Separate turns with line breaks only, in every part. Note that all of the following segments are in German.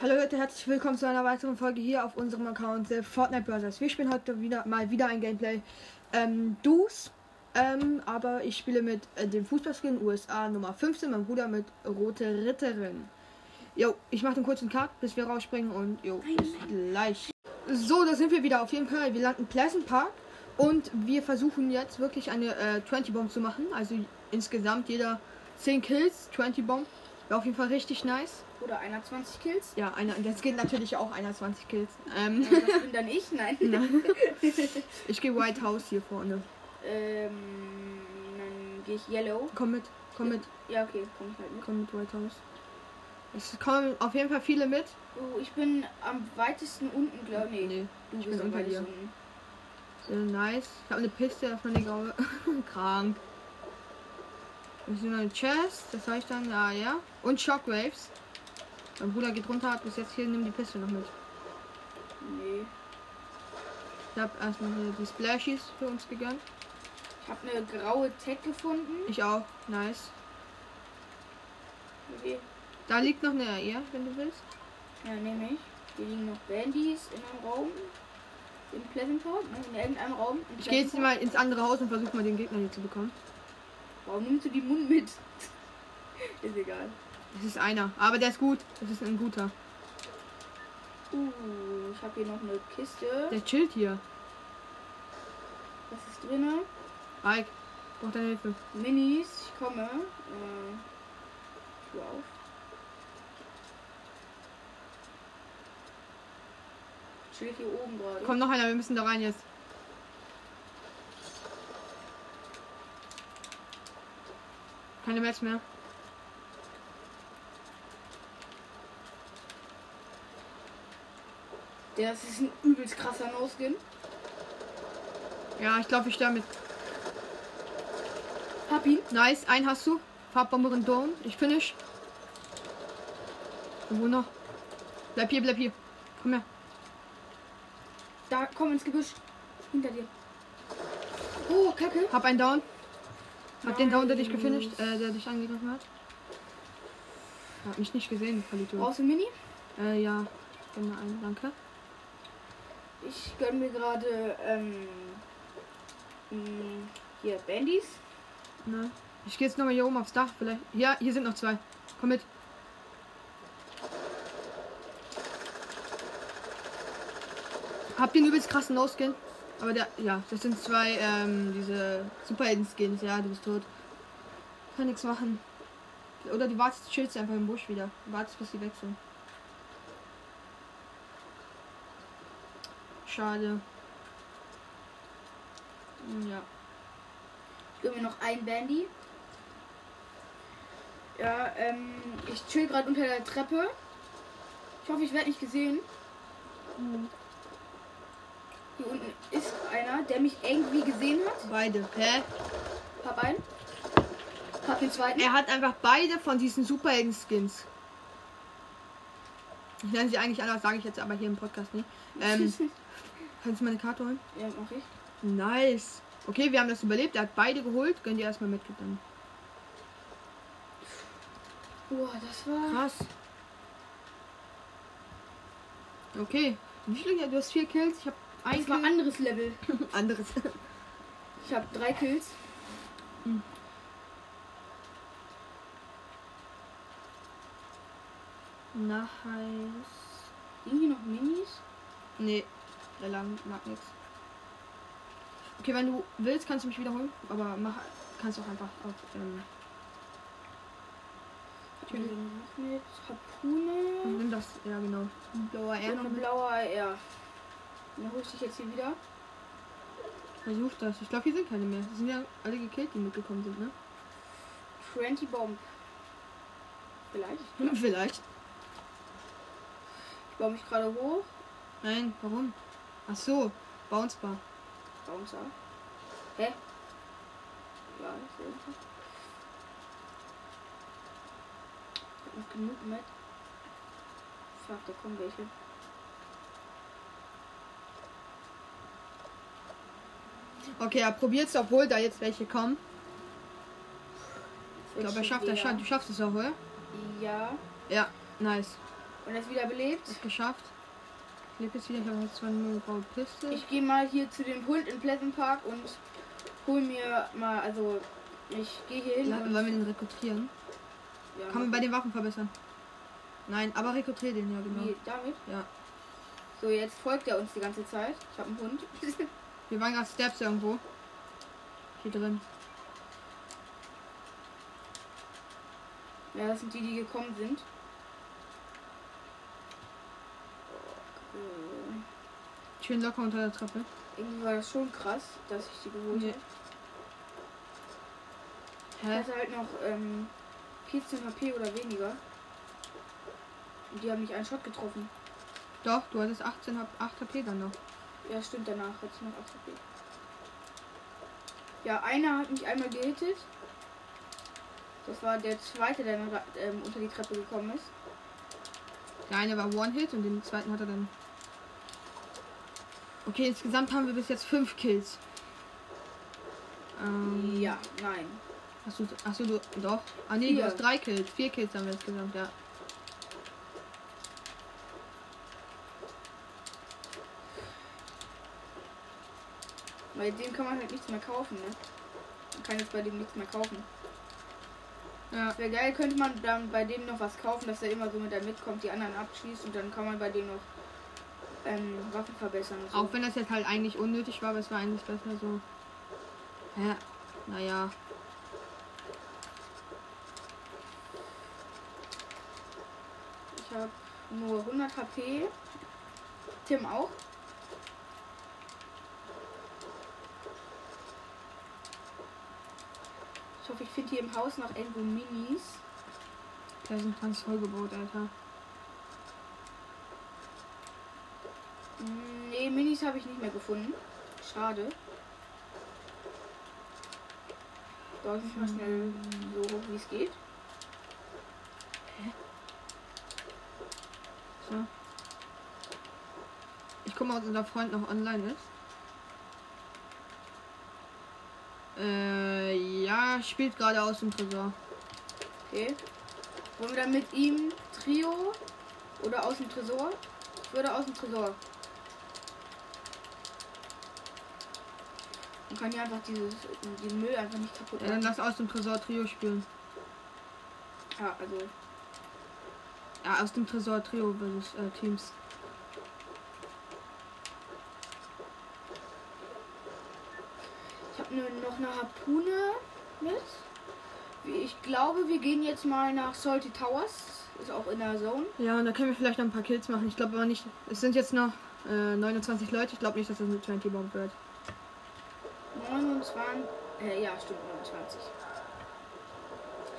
Hallo Leute, herzlich willkommen zu einer weiteren Folge hier auf unserem Account The Fortnite Brothers. Wir spielen heute wieder mal wieder ein Gameplay ähm, Dus, ähm, aber ich spiele mit äh, dem Fußballskin USA Nummer 15, mein Bruder mit Rote Ritterin. Jo, ich mache den kurzen Cut, bis wir rausspringen und jo, bis gleich. So, da sind wir wieder auf jeden Fall. Wir landen Pleasant Park und wir versuchen jetzt wirklich eine äh, 20 Bomb zu machen. Also insgesamt jeder 10 Kills, 20 Bomb. Wäre auf jeden Fall richtig nice.
Oder 21 Kills.
Ja, einer, das geht natürlich auch 21 Kills. Ähm,
Ja, das bin dann ich, nein.
ich gehe White House hier vorne.
ähm, dann gehe ich Yellow.
Komm mit, komm mit,
Ja, okay, komm ich halt mit.
komm mit White House. Es kommen auf jeden Fall viele mit.
Oh, ich bin am weitesten unten, glaube ich. Nee, du
ich
bist
bin
am
unter dir.
weitesten unten.
Äh, nice. Ich habe eine Piste davon die Graue. Krank. Wir sind eine Chest, das heißt dann, ah ja. Und Shockwaves. Mein Bruder geht runter, hat bis jetzt hier, nimm die Piste noch mit.
Nee.
Ich habe erstmal hier die Splashies für uns gegönnt.
Ich habe eine graue Tech gefunden.
Ich auch, nice.
Okay.
Da liegt noch eine AR, wenn du willst.
Ja, nehme ich. Hier liegen noch Bandys in einem Raum. In Pleasant Park, ne? in irgendeinem Raum. in
Ich gehe jetzt
Pleasant
mal ins andere Haus und versuche mal den Gegner hier zu bekommen.
Park. Warum nimmst du die Mund mit? ist egal.
Das ist einer, aber der ist gut. Das ist ein guter.
Uh, ich habe hier noch eine Kiste.
Der chillt hier.
Was ist drinne?
Ike, braucht deine Hilfe.
Minis, ich komme. Äh, Tür auf. Chill hier oben gerade.
Kommt noch einer, wir müssen da rein jetzt. Keine Match mehr.
Der das ist ein übelst krasser No-Skin.
Ja, ich glaube, ich sterbe mit.
Hab ihn.
Nice, einen hast du. Farbbomberin Down. Ich finish. Und wo noch? Bleib hier, bleib hier. Komm her.
Da, komm ins Gebüsch. Hinter dir. Oh, Kacke.
Hab einen Down. Hab den Down, der dich
Nice.
gefinisht, äh, der dich angegriffen hat. Er Hat mich nicht gesehen, Palito.
Brauchst du ein Mini?
Äh, ja. Gönn mir einen, danke.
Ich gönn mir gerade, ähm, mh, hier, Bandys.
Na, ich gehe jetzt nochmal hier oben aufs Dach. Vielleicht. Ja, hier sind noch zwei. Komm mit. Hab den übelst krassen No-Skin. Aber der, ja, das sind zwei, ähm, diese Superhelden-Skins. Ja, du bist tot. Kann nichts machen. Oder du wartest, chillst einfach im Busch wieder. Wartest, bis sie wechseln. Schade. Hm, Ja.
Ich gönn mir noch ein Bandy. Ja, ähm, ich chill gerade unter der Treppe. Ich hoffe, ich werde nicht gesehen. Hier unten ist einer, der mich irgendwie gesehen hat.
Beide. Hä?
Hab einen. Hab den zweiten.
Er hat einfach beide von diesen Superhelden-Skins. Ich nenne sie eigentlich anders, sage ich jetzt aber hier im Podcast nicht. Ähm, kannst du meine Karte holen?
ja, mach ich.
Nice. Okay, wir haben das überlebt. Er hat beide geholt. Gönn dir erstmal mit. Dann.
Boah, das war.
Krass. Okay. Wie viel? Du hast vier Kills. Ich habe ein
Das war
Kill.
anderes Level.
anderes.
Ich habe drei Kills.
Mhm. Nice.
Liegen hier noch Minis?
Nee, der Laden mag nichts. Okay, wenn du willst, kannst du mich wiederholen. Aber mach, kannst auch einfach auf. Ähm,
Hab mir den noch mit. Harpune.
nimm das, ja genau. Blauer
Ja,
R
noch
noch
eine
mit.
blaue AR. Dann hol ich dich jetzt hier wieder.
Versuch das. Ich glaube, hier sind keine mehr. Die sind ja alle gekillt, die mitgekommen sind, ne?
20 Bomb. Vielleicht.
Vielleicht.
Ich baue mich gerade hoch.
Nein, warum? Ach so, Bounce Bar.
Bouncer. Hä? Ja, ich sehe es nicht. Ich hab noch genug mit. Fuck, da kommen welche.
Okay, er probiert's, obwohl da jetzt welche kommen. Ich glaube, er
Welche
schafft das
hier?
schon. Du schaffst es auch, oder?
Ja.
Ja, nice.
Und er ist wieder belebt.
Ist geschafft. Lebt jetzt wieder, ich habe jetzt zwar nur eine blaue Piste.
Ich gehe mal hier zu dem Hund in Pleasant Park und hol mir mal, also ich gehe hier hin.
Ja,
und,
wollen wir den rekrutieren?
ja,
Kann man bei den Waffen verbessern? Nein, aber rekrutier den, ja genau.
wie, damit?
Ja.
So, jetzt folgt er uns die ganze Zeit. Ich habe einen Hund.
Wir waren gerade Steps irgendwo. Hier drin.
ja, das sind die, die gekommen sind. Oh, Okay.
Schön locker unter der Treppe.
äh, Irgendwie war das schon krass, dass ich die geholt
Nee.
habe. Ich
Hä?
hatte halt noch ähm, 14 HP oder weniger. Und die haben nicht einen Shot getroffen.
Doch, du hattest 18, hab- 8 HP dann noch.
Ja, stimmt, danach hatte ich noch 8 HP. Ja, einer hat mich einmal gehittet. Das war der zweite, der noch, ähm, unter die Treppe gekommen ist.
Der eine war One-Hit und den zweiten hat er dann. Okay, insgesamt haben wir bis jetzt 5 Kills. Ähm,
Ja, nein.
Hast du, achso, du, doch. Ah nee, du
Vier.
hast 3 Kills. 4 Kills haben wir insgesamt, ja.
Bei dem kann man halt nichts mehr kaufen, ne? Man kann jetzt bei dem nichts mehr kaufen.
Ja,
Wäre geil, könnte man dann bei dem noch was kaufen, dass er immer so mit da mitkommt, die anderen abschießt und dann kann man bei dem noch ähm, Waffen verbessern. und So.
auch wenn das jetzt halt eigentlich unnötig war, aber es war eigentlich besser so. Ja, naja.
Ich habe nur 100 HP. Tim auch. Ich hoffe, ich finde hier im Haus noch irgendwo Minis.
Da sind ganz vollgebaut, Alter.
Hm, Nee, Minis habe ich nicht mehr gefunden. Schade. Darf ich
Hm.
mal schnell so hoch, wie es geht?
So. Ich guck mal, ob unser Freund noch online ist. Äh, ja, spielt gerade aus dem Tresor.
Okay. Wollen wir dann mit ihm Trio oder aus dem Tresor? Ich würde aus dem Tresor. Man kann ja einfach dieses, den Müll einfach nicht kaputt
Ja, dann
machen.
Äh, lass aus dem Tresor Trio spielen.
Ja, also
Ja, aus dem Tresor Trio versus äh, Teams.
ich habe nur noch eine Harpune mit. Wie- Ich glaube, wir gehen jetzt mal nach Salty Towers. Ist auch in der Zone.
Ja, und da können wir vielleicht noch ein paar Kills machen. Ich glaube aber nicht. Es sind jetzt noch äh, 29 Leute. Ich glaube nicht, dass das eine 20 Bomb wird.
29. Äh, ja, stimmt, 29.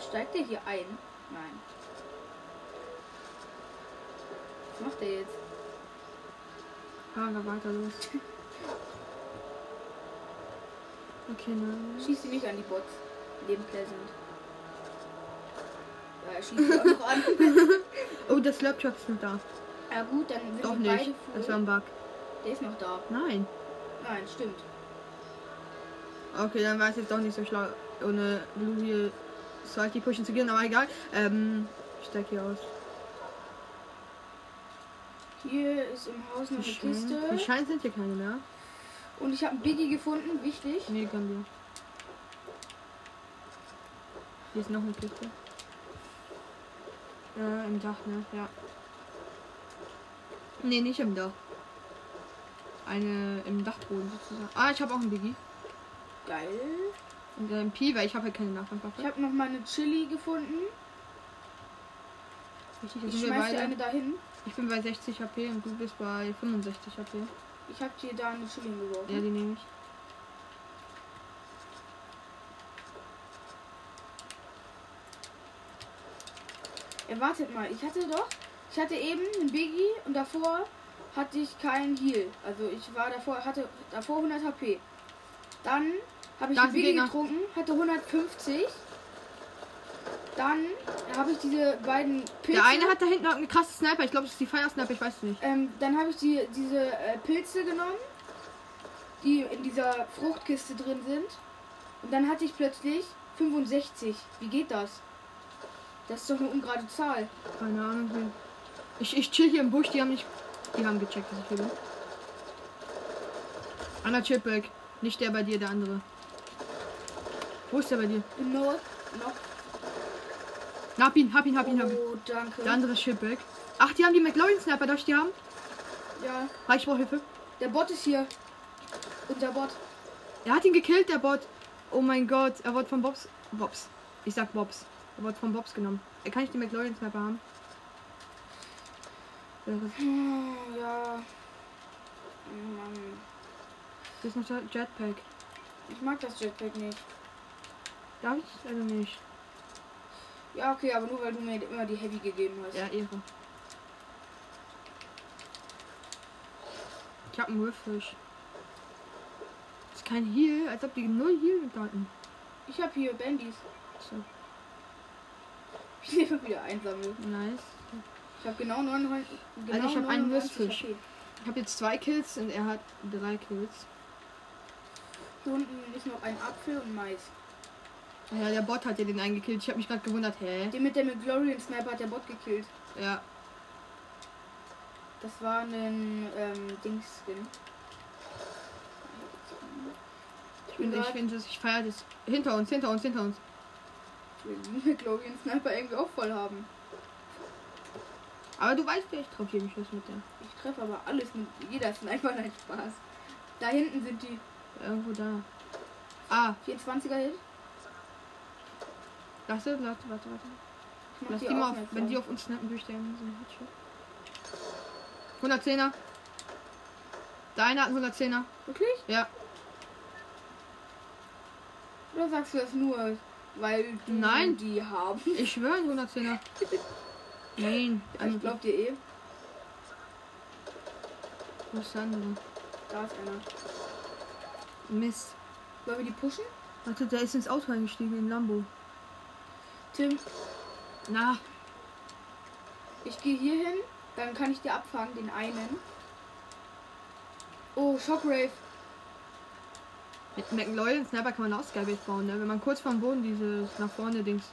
Steigt der hier ein? Nein. Was macht der jetzt?
Fahren wir weiter los. Okay, nein.
Schießt sie nicht an die Bots. Neben Pleasant. Ja, er schießt sie auch noch an.
Oh, der Slurpchop ist noch da.
Ja gut, dann sind
Doch
wir
nicht.
beide
Das war
full.
ein Bug.
Der ist noch da.
Nein.
Nein, stimmt.
Okay, dann war es jetzt doch nicht so schlau, ohne Blue Heal Salty pushen zu gehen, aber egal. Ähm, ich steig hier aus.
Hier ist im Haus noch eine
Wie
Kiste.
scheint sind hier keine mehr.
Und ich habe einen Biggie gefunden, wichtig.
Nee, gönn dir. Hier ist noch eine Kiste. Ja,
Äh,
im Dach, ne? Ja. Nee, nicht im Dach. Eine im Dachboden sozusagen. Ah, ich habe auch einen Biggie.
Geil.
Und einen Pi, weil ich habe halt keine
Ich
Nachbarn.
habe noch mal eine Chili gefunden.
Richtig, jetzt
Ich
sind wir
schmeiß dir
beide.
eine dahin.
Ich bin bei 60 HP und du bist bei 65 HP.
Ich habe dir da eine Chili geworfen.
Ja, die nehme ich.
Ja, wartet mal, ich hatte doch, ich hatte eben einen Biggie und davor hatte ich keinen Heal. Also ich war davor, hatte davor 100 HP. Dann habe ich
Da
einen
ist ein
Biggie
Gegner.
getrunken, hatte 150. Dann habe ich diese beiden Pilze.
Der eine hat da hinten noch eine krasse Sniper. Ich glaube, das ist die Fire Sniper. Ich weiß es nicht.
ähm, dann habe ich die, diese äh, Pilze genommen, die in dieser Fruchtkiste drin sind. Und dann hatte ich plötzlich 65. Wie geht das? Das ist doch eine ungerade Zahl.
Keine Ahnung. Ich, ich chill hier im Busch, die haben nicht. Die haben gecheckt, dass ich hier bin. Anna Chipback. Nicht der bei dir, der andere. Wo ist der bei dir?
Im Nord. Noch.
Na, hab ihn, hab ihn, hab ihn, hab ihn.
Oh, danke.
Der andere ist Chipback. Ach, die haben die McLaurin-Sniper, darf ich die haben?
Ja.
Ah, ich brauche Hilfe.
Der Bot ist hier. Unser Bot.
Er hat ihn gekillt, der Bot. Oh mein Gott, er wurde von Bobs. Bobs. Ich sag Bobs. Er wurde von Bobs genommen. Er kann ich die McLaurin Sniper haben. Oder was-
Hm, Ja. Hm, Mann.
Das ist noch der Jetpack.
Ich mag das Jetpack nicht.
Darf ich also nicht?
Ja, okay, aber nur weil du mir immer die Heavy gegeben hast.
Ja, Ehre. Ich hab einen Wolfisch. Das ist kein Heal, als ob die null Heal hatten.
Ich habe hier Bandys.
So,
Ich lebe wieder einsammeln.
nice.
Ich habe genau 99. Genau
Also ich hab einen
99
Würstfisch.
HP.
Ich habe jetzt zwei Kills und er hat drei Kills.
Hier unten ist noch ein Apfel und Mais.
Ja, der Bot hat ja den einen gekillt. Ich habe mich gerade gewundert. Hä?
Den mit der McGlorian Sniper hat der Bot gekillt.
Ja,
Das war ein ähm, Dings-Skin.
ich finde, ich finde, ich feiere das. Hinter uns, hinter uns, hinter uns.
McGlorian Sniper irgendwie auch voll haben.
Aber du weißt ja, ich drauf hier geschossen mit der.
Ich treffe aber alles mit jeder Sniper, nein, Spaß. Da hinten sind die
Irgendwo da. Ah,
420er Hit.
lass es, warte, warte, warte.
Ich mach
Lass die mal, auf,
aufmerksam.
wenn die auf uns schnappen, durchstellen. So ein Headshot. 110er. Deiner hat einen 110er.
Wirklich?
Ja.
Oder sagst du das nur, weil du
Nein.
die haben?
Ich schwöre, ein 110er. Nein.
Ich
Also,
glaub dir eh,
wo ist der andere?
da ist einer.
Mist.
Wollen wir die pushen?
Warte, der ist ins Auto eingestiegen, in Lambo.
Tim,
Na,
ich gehe hier hin, dann kann ich dir abfangen, den einen. Oh, Shockwave.
Mit McLaurin Sniper kann man Ausgabeweg bauen, ne? Wenn man kurz vom Boden dieses nach vorne Dings.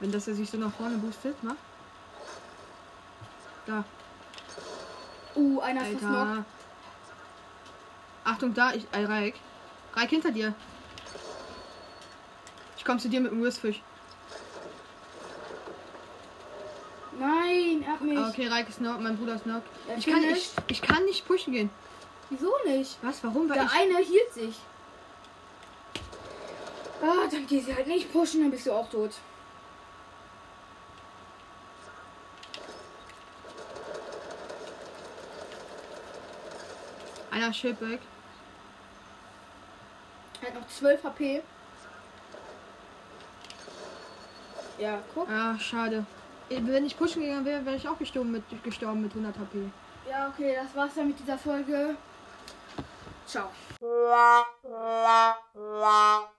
Wenn das er sich so nach vorne boostet, ne? Da,
Uh, einer ist noch.
Alter. Achtung, da, ich. Ey, Raik. Raik hinter dir. Ich komm zu dir mit dem Wurstfisch.
Nein, er hat mich.
Ah, okay, Raik ist noch, mein Bruder ist noch.
Er
Ich kann, ich,
finisht.
ich kann nicht pushen gehen.
Wieso nicht?
Was? Warum? Weil
Der
ich.
eine hielt sich. Ah, dann geh sie halt nicht pushen, dann bist du auch tot.
Einer Schildberg.
Er hat noch 12 HP. Ja, guck.
Ah, schade. Wenn ich pushen gegangen wäre, wäre ich auch gestorben mit, gestorben mit 100 HP.
Ja, okay, das war's dann mit dieser Folge. Ciao.
la la la